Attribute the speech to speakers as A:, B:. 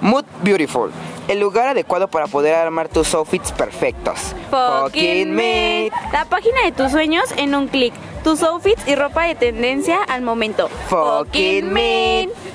A: Mood Beautiful. El lugar adecuado para poder armar tus outfits perfectos.
B: Fucking me. La página de tus sueños en un clic. Tus outfits y ropa de tendencia al momento.
A: Fucking me.